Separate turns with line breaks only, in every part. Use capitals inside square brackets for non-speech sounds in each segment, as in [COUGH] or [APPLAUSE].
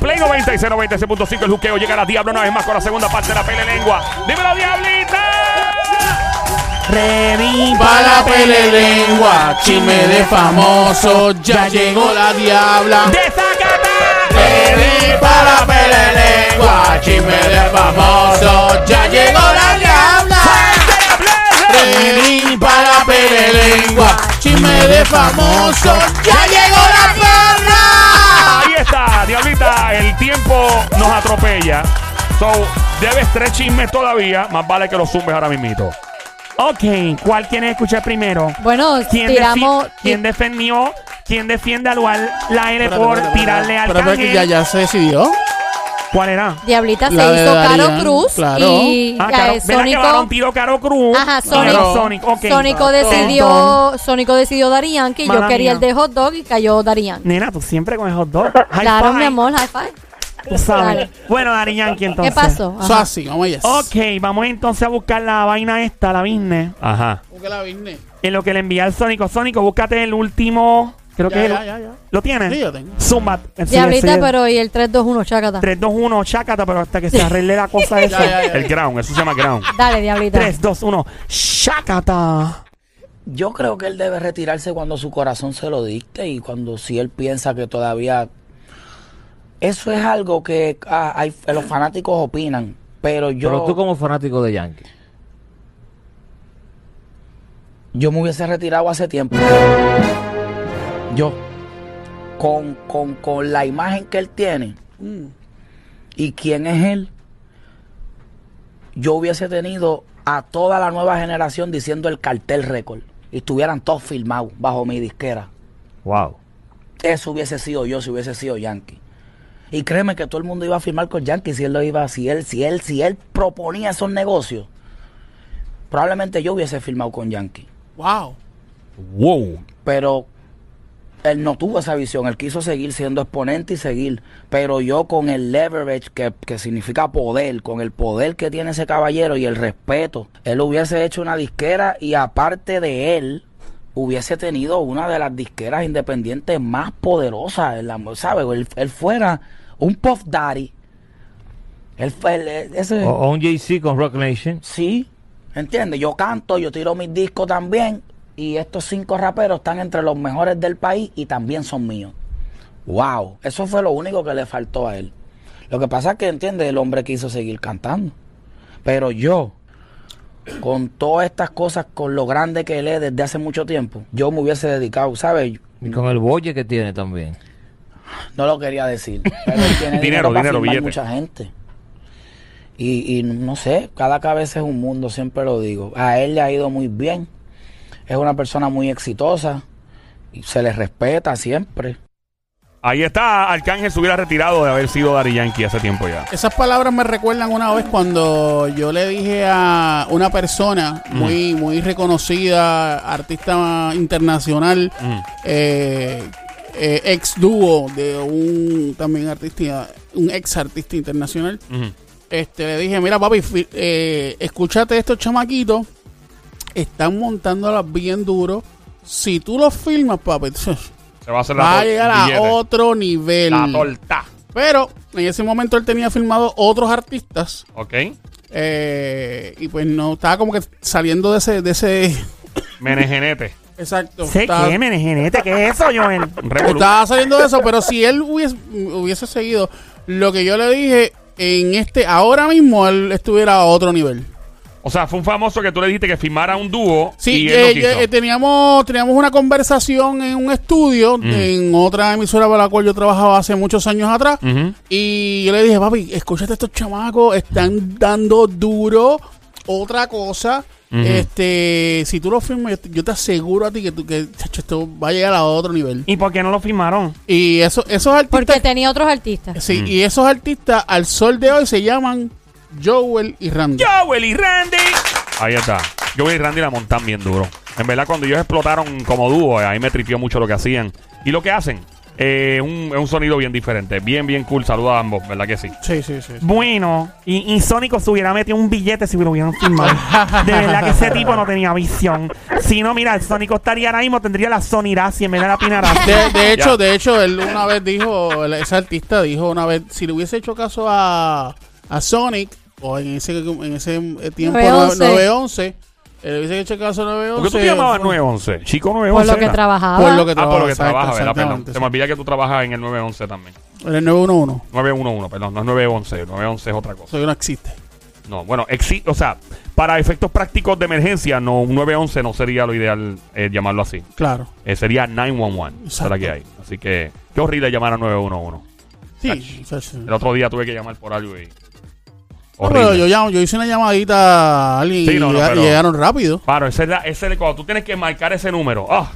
Play 96, 96.5. El juqueo llega a la Diablo una vez más con la segunda parte de la pele lengua. ¡Dímelo, Diablita!
Reviva la pelelengua, chisme de famoso, ya llegó la diabla.
¡Desacata!
Reviva la pelelengua, chisme de famoso, ya llegó la diabla. Reviva la pelelengua, chisme de famoso, ya llegó la perra.
Ahí está, Diablita. El tiempo nos atropella. So, debes tres chismes todavía. Más vale que los zumbes ahora mismito. Ok, ¿cuál quieres escuchar primero?
Bueno,
¿Quién,
tiramos.
defi- quién defendió? ¿Quién defiende al Wal- la L
Espérate,
por
espérate,
tirarle
espérate,
al
espérate, que ya,
cángel?
ya se decidió.
¿Cuál era?
Diablita se
La de
hizo Caro
Darían,
Cruz.
claro.
Y
Ah,
ya
Caro,
es
¿verdad que Barón
Sónico.
tiró Caro Cruz?
Ajá,
Sonic.
Claro.
Sonic, ok.
Sónico decidió, Sónico decidió Darían que yo
Mala
quería
mía.
el de hot dog y cayó Darían.
Nena, tú siempre con esos
[LAUGHS]
dos. High
Claro,
five.
mi amor, high five.
Tú sabes.
Dale.
Bueno, Dari Yankee,
¿Qué
entonces.
pasó?
Eso
Ajá.
así, vamos allá.
Ok, vamos entonces a buscar la vaina esta, la business. Ajá.
Busca la business.
En lo que le envía al Sónico. Sónico, búscate el último. Creo
Ya,
que es
ya,
el-
ya, ya.
¿Lo tienes?
Sí, yo tengo.
Zumba. Eh, sigue,
Diablita,
sigue.
pero y el 3-2-1, chácata.
3, 2, 1, chácata, pero hasta que se arregle la
[LAUGHS]
cosa esa.
ya, ya.
El ground, eso se llama ground.
Dale, Diablita.
3, 2, 1, chácata.
Yo creo que él debe retirarse cuando su corazón se lo dicte y cuando si él piensa que todavía... Eso es algo que ah, hay, los fanáticos opinan, pero yo,
Pero tú como fanático de Yankee.
yo me hubiese retirado hace tiempo. Yo, con, con, con la imagen que él tiene y quién es él, yo hubiese tenido a toda la nueva generación diciendo el cartel récord y estuvieran todos filmados bajo mi disquera.
Wow.
Eso hubiese sido yo si hubiese sido Yankee. Y créeme que todo el mundo iba a firmar con Yankee si él lo iba, si él, si él, si él proponía esos negocios. Probablemente yo hubiese firmado con Yankee.
Wow.
Wow.
Pero él no tuvo esa visión. Él quiso seguir siendo exponente y seguir. Pero yo con el leverage, que, que significa poder, con el poder que tiene ese caballero y el respeto, él hubiese hecho una disquera y aparte de él, hubiese tenido una de las disqueras independientes más poderosas. En la, ¿sabe? Él, él fuera un Puff Daddy. Él, fue- él- él- ese,
O, o un JC con Rock Nation.
Sí, ¿entiendes? Yo canto, yo tiro mis discos también y estos cinco raperos están entre los mejores del país y también son míos. ¡Wow! Eso fue lo único que le faltó a él. Lo que pasa es que, ¿entiendes? El hombre quiso seguir cantando. Pero yo, con todas estas cosas, con lo grande que él es desde hace mucho tiempo, yo me hubiese dedicado, ¿sabes?
Y con el bolle que tiene también.
No lo quería decir. Pero él
[LAUGHS]
tiene
Dinero,
dinero, para
dinero,
firmar
billete.
mucha gente. Y, y no sé, cada cabeza es un mundo, siempre lo digo. A él le ha ido muy bien. Es una persona muy exitosa. Y se le respeta siempre.
Ahí está, Arcángel se hubiera retirado de haber sido Dari Yankee hace tiempo ya.
Esas palabras me recuerdan una vez cuando yo le dije a una persona muy,
Mm.
muy reconocida, artista internacional,
Mm.
eh, eh, ex dúo de un también artista, un ex artista internacional.
Ujú.
Este, le dije, mira papi, fi- eh, escúchate estos chamaquitos, están montándolas bien duro. Si tú los filmas, papi, [LAUGHS]
Se va a hacer la
va a
tor-
llegar a
billete.
otro nivel.
La torta.
Pero en ese momento él tenía filmado otros artistas
¿Ok?
eh, y pues no, estaba como que saliendo de ese... De ese
Menegenete.
exacto.
¿Se
estaba,
qué, menegenete? ¿Qué es eso, Joel?
estaba saliendo de eso, pero si él hubiese, hubiese seguido lo que yo le dije en este, ahora mismo él estuviera a otro nivel.
O sea, fue un famoso que tú le dijiste que firmara un dúo
Sí,
y él no
eh,
quiso.
eh, teníamos, teníamos una conversación en un estudio,
Mm.
en otra emisora para la cual yo trabajaba hace muchos años atrás.
Ujú.
Y yo le dije, papi, escúchate estos chamacos, están dando duro otra cosa. Este, si tú lo firmas, yo te, yo te aseguro a ti que, tú, que chacho, esto va a llegar a otro nivel.
¿Y por qué no lo firmaron?
Y eso, esos
Porque
artistas,
tenía otros artistas.
sí, y esos artistas al sol de hoy se llaman Joel y Randy.
Joel y Randy. Ahí está. Joel y Randy la montan bien duro. En verdad, cuando ellos explotaron como dúo, eh, ahí me tripió mucho lo que hacían. ¿Y lo que hacen? Eh, un, es un sonido bien diferente. Bien, bien cool. Saluda a ambos, ¿verdad que sí?
Sí, sí, sí. sí.
Bueno, y, y Sónico se hubiera metido un billete si me lo hubieran firmado. De verdad que ese tipo no tenía visión. Si no, mira, el Sónico estaría ahora mismo, tendría la Soniracia en vez de la
[LAUGHS]
[LAUGHS]
Pinaracia.
De, de hecho, de hecho, él una vez dijo, el- ese artista dijo una vez, si le hubiese hecho caso a, a Sonic, o en ese, en ese eh, tiempo
911.
911, él le hubiese hecho caso a 911.
¿Por qué tú te llamabas
fue-
911? Chico 911.
Por lo que
era.
trabajaba.
Por lo que
Ah, por lo que
exacto,
trabajas, ¿verdad? Perdón.
exactamente,
Se me olvida que tú trabajas en el 911 también.
sí. Era el 911,
911, perdón, no es 911. 911 es otra cosa.
eso no existe.
No, bueno, exi- o sea, para efectos prácticos de emergencia, no, un 911 no sería lo ideal eh, llamarlo así.
Claro.
Eh, sería 911. Esa es la que hay. Así que, qué horrible llamar a 911.
Sí, o sea, sí.
El otro día tuve que llamar por algo y.
No, pero yo,
Horrible.
llamo- yo hice una llamadita a alguien
Sí,
y
no, no,
llega-
pero-
llegaron rápido.
Claro, ese es, la- ese es el- cuando tú tienes que marcar ese número. ¡Ah!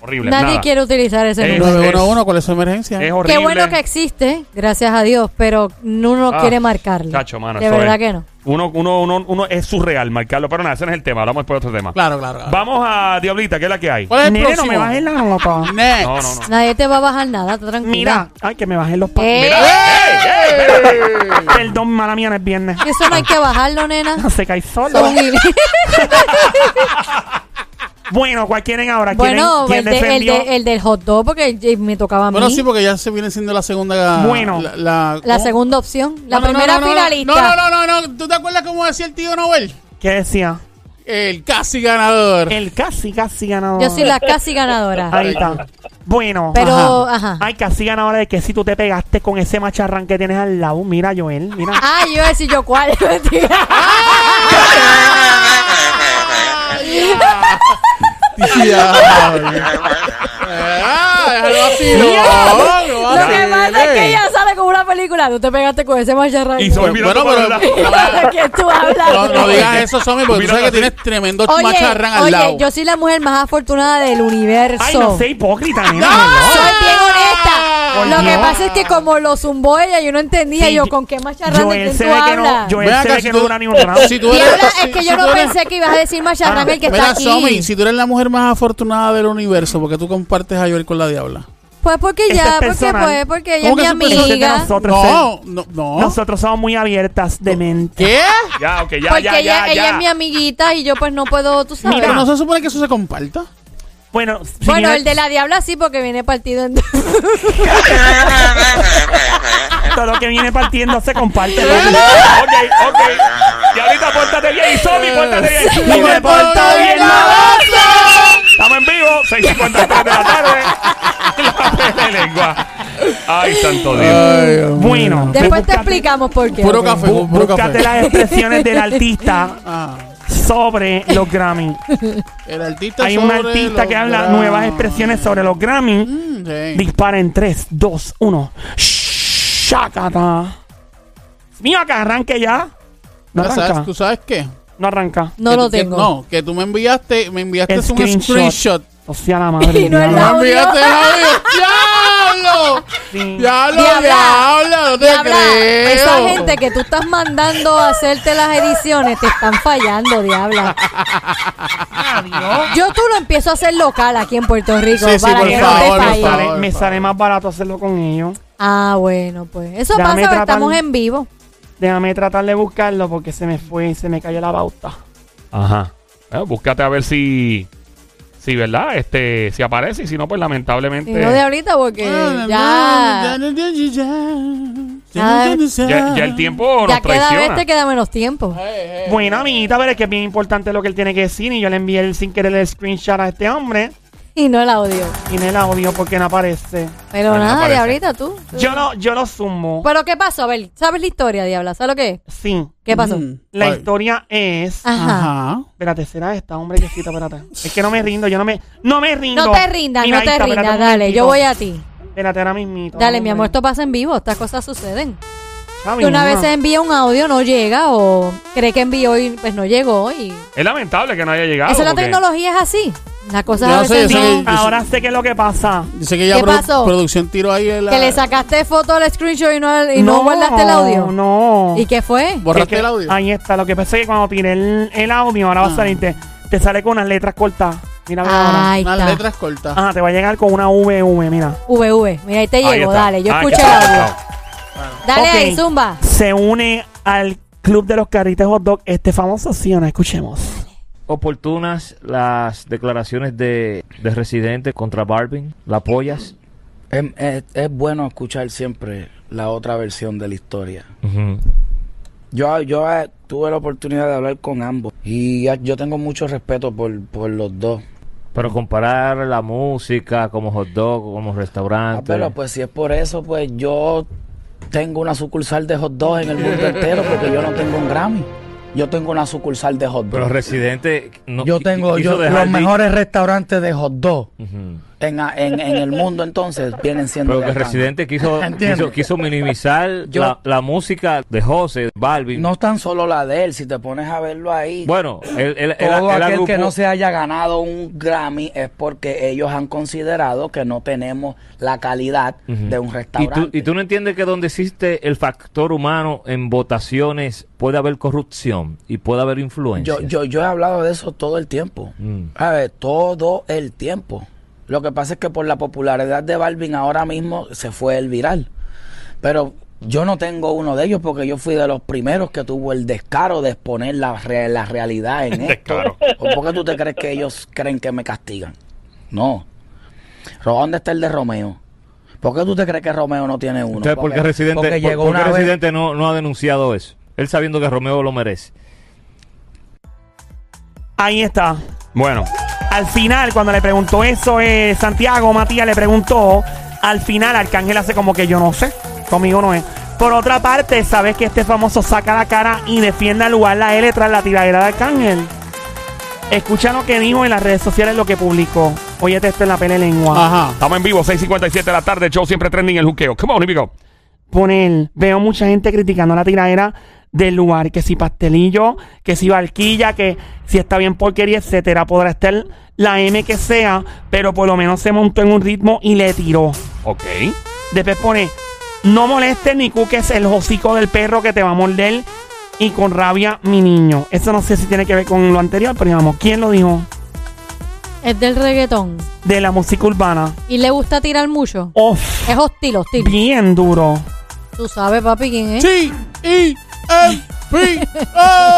Horrible.
Nadie
nada.
quiere utilizar ese
Eh,
número.
Es-
911, ¿cuál es su emergencia?
Es
Qué
horrible.
bueno que existe, gracias a Dios, pero no uno
Ah,
quiere marcarlo.
Chacho, mano,
de
eso
verdad
es-
que no.
Uno, uno, uno, uno es surreal marcarlo, pero nada, ese no es el tema. Hablamos después de otro tema.
Claro, Pues, claro. claro.
Vamos a Diablita, que es la que hay.
¿Cuál es el
Nene, no
próximo?
me bajes la ropa.
Next.
No, no, no.
Nadie te va a bajar nada, tú tranquila.
Mira, ay, que me bajen los
Eh,
papeles. Perdón, mala mía, no es viernes. [LAUGHS]
Eso no hay que bajarlo, nena.
Se cae solo.
Son mil-
[LAUGHS] Bueno, ¿cuál quieren ahora? ¿Quieren,
bueno,
quién
el, de- el
defendió?
de- el del hot dog, porque eh, me tocaba a mí.
Bueno, sí, porque ya se viene siendo la segunda.
Bueno.
la, la-
la
¿cómo?
segunda opción, la
No, no, no, no,
primera
no,
finalista.
No, no, no, no, no. ¿Tú te acuerdas cómo decía el tío Noel?
¿Qué decía?
El casi ganador. [LAUGHS]
El casi, casi ganador.
Yo soy la casi ganadora.
Ahí está. Bueno.
Pero, ajá.
Ay, casi ganadora de que si tú te pegaste con ese macharrán que tienes al lado. Mira, Joel, mira.
Ah, yo iba a decir yo cuál. [LAUGHS] Mentira.
Ah, Diablo. Ah, déjalo así, no, no,
Lo
así,
que pasa es que
eh.
ella sale con una película. Tú te pegaste con ese macharrán.
Y soy- Mira,
Bueno,
tú
pero.
para
¿De [LAUGHS] qué tú hablas?
No, no digas eso, Somi, porque tú
Mira,
sabes que
así.
tienes tremendo
Oye,
macharrán al
oye,
lado.
yo soy la mujer más afortunada del universo.
Ay, no sé, hipócrita,
[LAUGHS]
nena.
Soy bien honesta.
Por
Lo que
Dios.
pasa es que como lo zumbó ella, yo no entendía
Sí,
yo
yo-
con qué macharrán de
Joel
quién
se
tú
ve que no,
hablas.
Joel
Ven
se
acá,
ve
si
que
tú-
no dura ni un round.
Si tú eres.
Diabla,
si-
es que
si
yo
tú
no
eres-
pensé que ibas a decir macharrán el que
Mira,
está aquí.
Somi, si tú eres la mujer más afortunada del universo, ¿por qué tú compartes a Joel con la diabla?
Pues porque
Eso es
ya, porque
personal.
pues, porque ella es
¿Cómo
mi
que eso es personal?
Ese es de
amiga.
nosotros. eh.
No, no, no.
Nosotros somos muy abiertas de mente.
¿Qué?
Ya, ok, ya,
Porque
ya,
ella,
ya.
ella
ya.
es mi amiguita y yo pues no puedo, tú sabes.
Pero no se supone que eso se comparta.
Bueno, si
bueno,
mira-
el de la diabla sí porque viene partido en... [LAUGHS]
todo lo que viene partiendo se
[LAUGHS]
comparte.
Ok, ok. Diablita, pórtate bien. Y Somi, pórtate bien.
No me porta bien la
Estamos en vivo, 6.53 de la tarde. La pela de lengua. Ay, santo Dios.
Bueno,
Después te
búscate-
explicamos por qué.
Puro
ok.
café,
bú-
puro
búscate
café.
las expresiones del artista
Ah,
sobre los Grammy.
el artista
Hay un
sobre
artista
los
que habla
brazos.
nuevas expresiones sobre los Grammy.
Mm, sí.
Dispara en 3, 2, 1. ¡Shakata! Mío, acá arranque ya. No
Mira, ¿sabes-
arranca.
¿Tú sabes qué?
No arranca.
No
Que
lo
tú- que-
tengo.
no, que tú me enviaste, me enviaste un
Screenshot.
screenshot.
O sea,
[LAUGHS]
la madre.
Y no
de
es
Me
Dios.
la-
enviaste audio. ¡Diablo!
Sí.
¡Diablo,
Diabla.
diablo! ¡No te
Diabla,
creo!
pues, esa gente que tú estás mandando a hacerte las ediciones te están fallando, diabla. Yo tú lo empiezo a hacer local aquí en Puerto Rico
Sí, sí,
para
por
que
favor,
no
por
te
me,
falle.
favor.
sale, me sale más barato hacerlo con ellos.
Ah, bueno, pues eso
Ya me
pasa, porque
tratan-
estamos en vivo.
Déjame tratar de buscarlo porque se me fue, se me cayó la bauta.
Ajá. Bueno, búscate a ver si. Si, ¿verdad? Este, si aparece y si no, pues lamentablemente.
Y no de ahorita porque
Ah,
Ya,
ya,
ya,
[LAUGHS]
ya, ya el tiempo
ya
nos
queda
traiciona.
este, queda menos tiempo.
Bueno, amiguita, pero es que es bien importante lo que él tiene que decir. Y yo le envié el- sin querer el screenshot a este hombre.
Y no el audio.
Y en el audio porque no aparece.
Pero
Ah, no
nada,
aparece.
diablita, tú.
Yo lo, yo lo sumo.
Pues-
Pero ¿qué pasó? A ver, ¿sabes la historia, diabla? ¿Sabes lo que es?
Sí.
¿Qué pasó?
La historia es.
Ah,
Ajá.
Mm. Ajá.
Espérate, será esta, hombre, que cita, espérate. Es que no me rindo, yo no me. ¡No me rindo!
No te rindas,
Mira,
no
ahí
te
está,
rindas,
espérate un
dale, yo
momentito.
voy a ti.
Espérate ahora mismito.
Dale, mi
hombre.
amor, esto pasa en vivo, estas cosas suceden.
Chavi,
Que una vez
mamá.
se envía un audio, no llega, o cree que envió y pues no llegó. Y...
Es lamentable que no haya llegado.
Esa es la
porque-
tecnología, es así. Las cosas
Yo
a
sé,
veces
yo sé
no-
que-
Ahora sé qué es lo que pasa.
Dice que ya
¿Qué
produ-
pasó?
producción tiró ahí el.
Que le sacaste foto al screenshot y no, y no, guardaste el audio.
No.
¿Y qué fue?
Es
¿Borraste
que-
el audio?
Ah.
Ahí está. Lo que pasa es que cuando tiré el, el audio, ahora va a salir, te, te sale con unas letras cortadas. Mira, mira ahora.
Ahí
Unas
está.
letras cortas.
Ajá, te va a llegar con una VV, mira.
VV. Mira, ahí te
Ahí
llego.
está.
Dale, yo
Ah,
escuché
ya
el
está.
audio. Dale
Ok.
ahí, zumba.
Se une al club de los carritos hot dog este famoso, sí o no, escuchemos.
Oportunas las declaraciones de, de residente contra Barbin. ¿La apoyas?
Es, es- es bueno escuchar siempre la otra versión de la historia. Yo, yo eh, tuve la oportunidad de hablar con ambos y eh, yo tengo mucho respeto por, por los dos.
Pero comparar la música como hot dog, como
Ah,
restaurante.
pero pues si es por eso, pues yo tengo una sucursal de hot dog en el mundo entero porque yo no tengo un Grammy. Yo tengo una sucursal de hot dog.
Pero residente. no-
yo tengo
quiso
yo-
dejar
los
di-
mejores restaurantes de hot dog
Ujú.
en, en- en el mundo entonces vienen siendo
Pero
de
que el
Arcángel.
residente
[LAUGHS]
quiso,
Entiendo.
quiso, quiso minimizar
Yo-
la, la música de José, Balvin.
No tan solo la de él, si te pones a verlo ahí.
Bueno, él, él, él-
todo
él
aquel
agrupó-
que no se haya ganado un Grammy es porque ellos han considerado que no tenemos la calidad
Ujú.
de un
¿Y tú,
restaurante.
y tú no entiendes que donde existe el factor humano en votaciones puede haber corrupción y puede haber influencia.
Yo, yo, yo he hablado de eso todo el tiempo.
Mm.
A ver, todo el tiempo. Lo que pasa es que por la popularidad de Balvin ahora mismo se fue el viral. Pero yo no tengo uno de ellos porque yo fui de los primeros que tuvo el descaro de exponer la, re- la realidad
[LAUGHS]
en esto. ¿O ¿Por qué tú te crees que ellos creen que me castigan? No. Ro- ¿Dónde está el de Romeo? ¿Por qué tú te crees que Romeo no tiene uno?
Entonces, ¿por qué Residente,
porque
por-
llegó
por qué
una vez-
Residente no, no ha denunciado eso? Él sabiendo que Romeo lo merece.
Ahí está.
Bueno,
Al final, cuando le preguntó eso, eh, Santiago Matías le preguntó. Al final, Arcángel hace como que yo no sé. Conmigo no es. Por otra parte, sabes que este famoso saca la cara y defiende al lugar la L tras la tiradera de Arcángel. Escucha lo que dijo en las redes sociales, lo que publicó. Oye, esto en la pele lengua.
Ah.
Ajá.
estamos en vivo, 6.57 de la tarde, show siempre trending el juqueo. Come on, here we go.
poner, veo mucha gente criticando la tiradera del lugar, que si pastelillo, que si barquilla, que si está bien porquería, etcétera. Podrá estar la M que sea, pero por lo menos se montó en un ritmo y le tiró.
Ok.
Después pone, no molestes ni cuques el hocico del perro que te va a morder y con rabia mi niño. Eso no sé si tiene que ver con lo anterior, pero digamos, ¿quién lo dijo?
Es del reggaetón.
De la música urbana.
Y le gusta tirar mucho.
Off,
Es hostil, hostil.
bien duro.
Tú sabes, papi, quién es.
T E M P O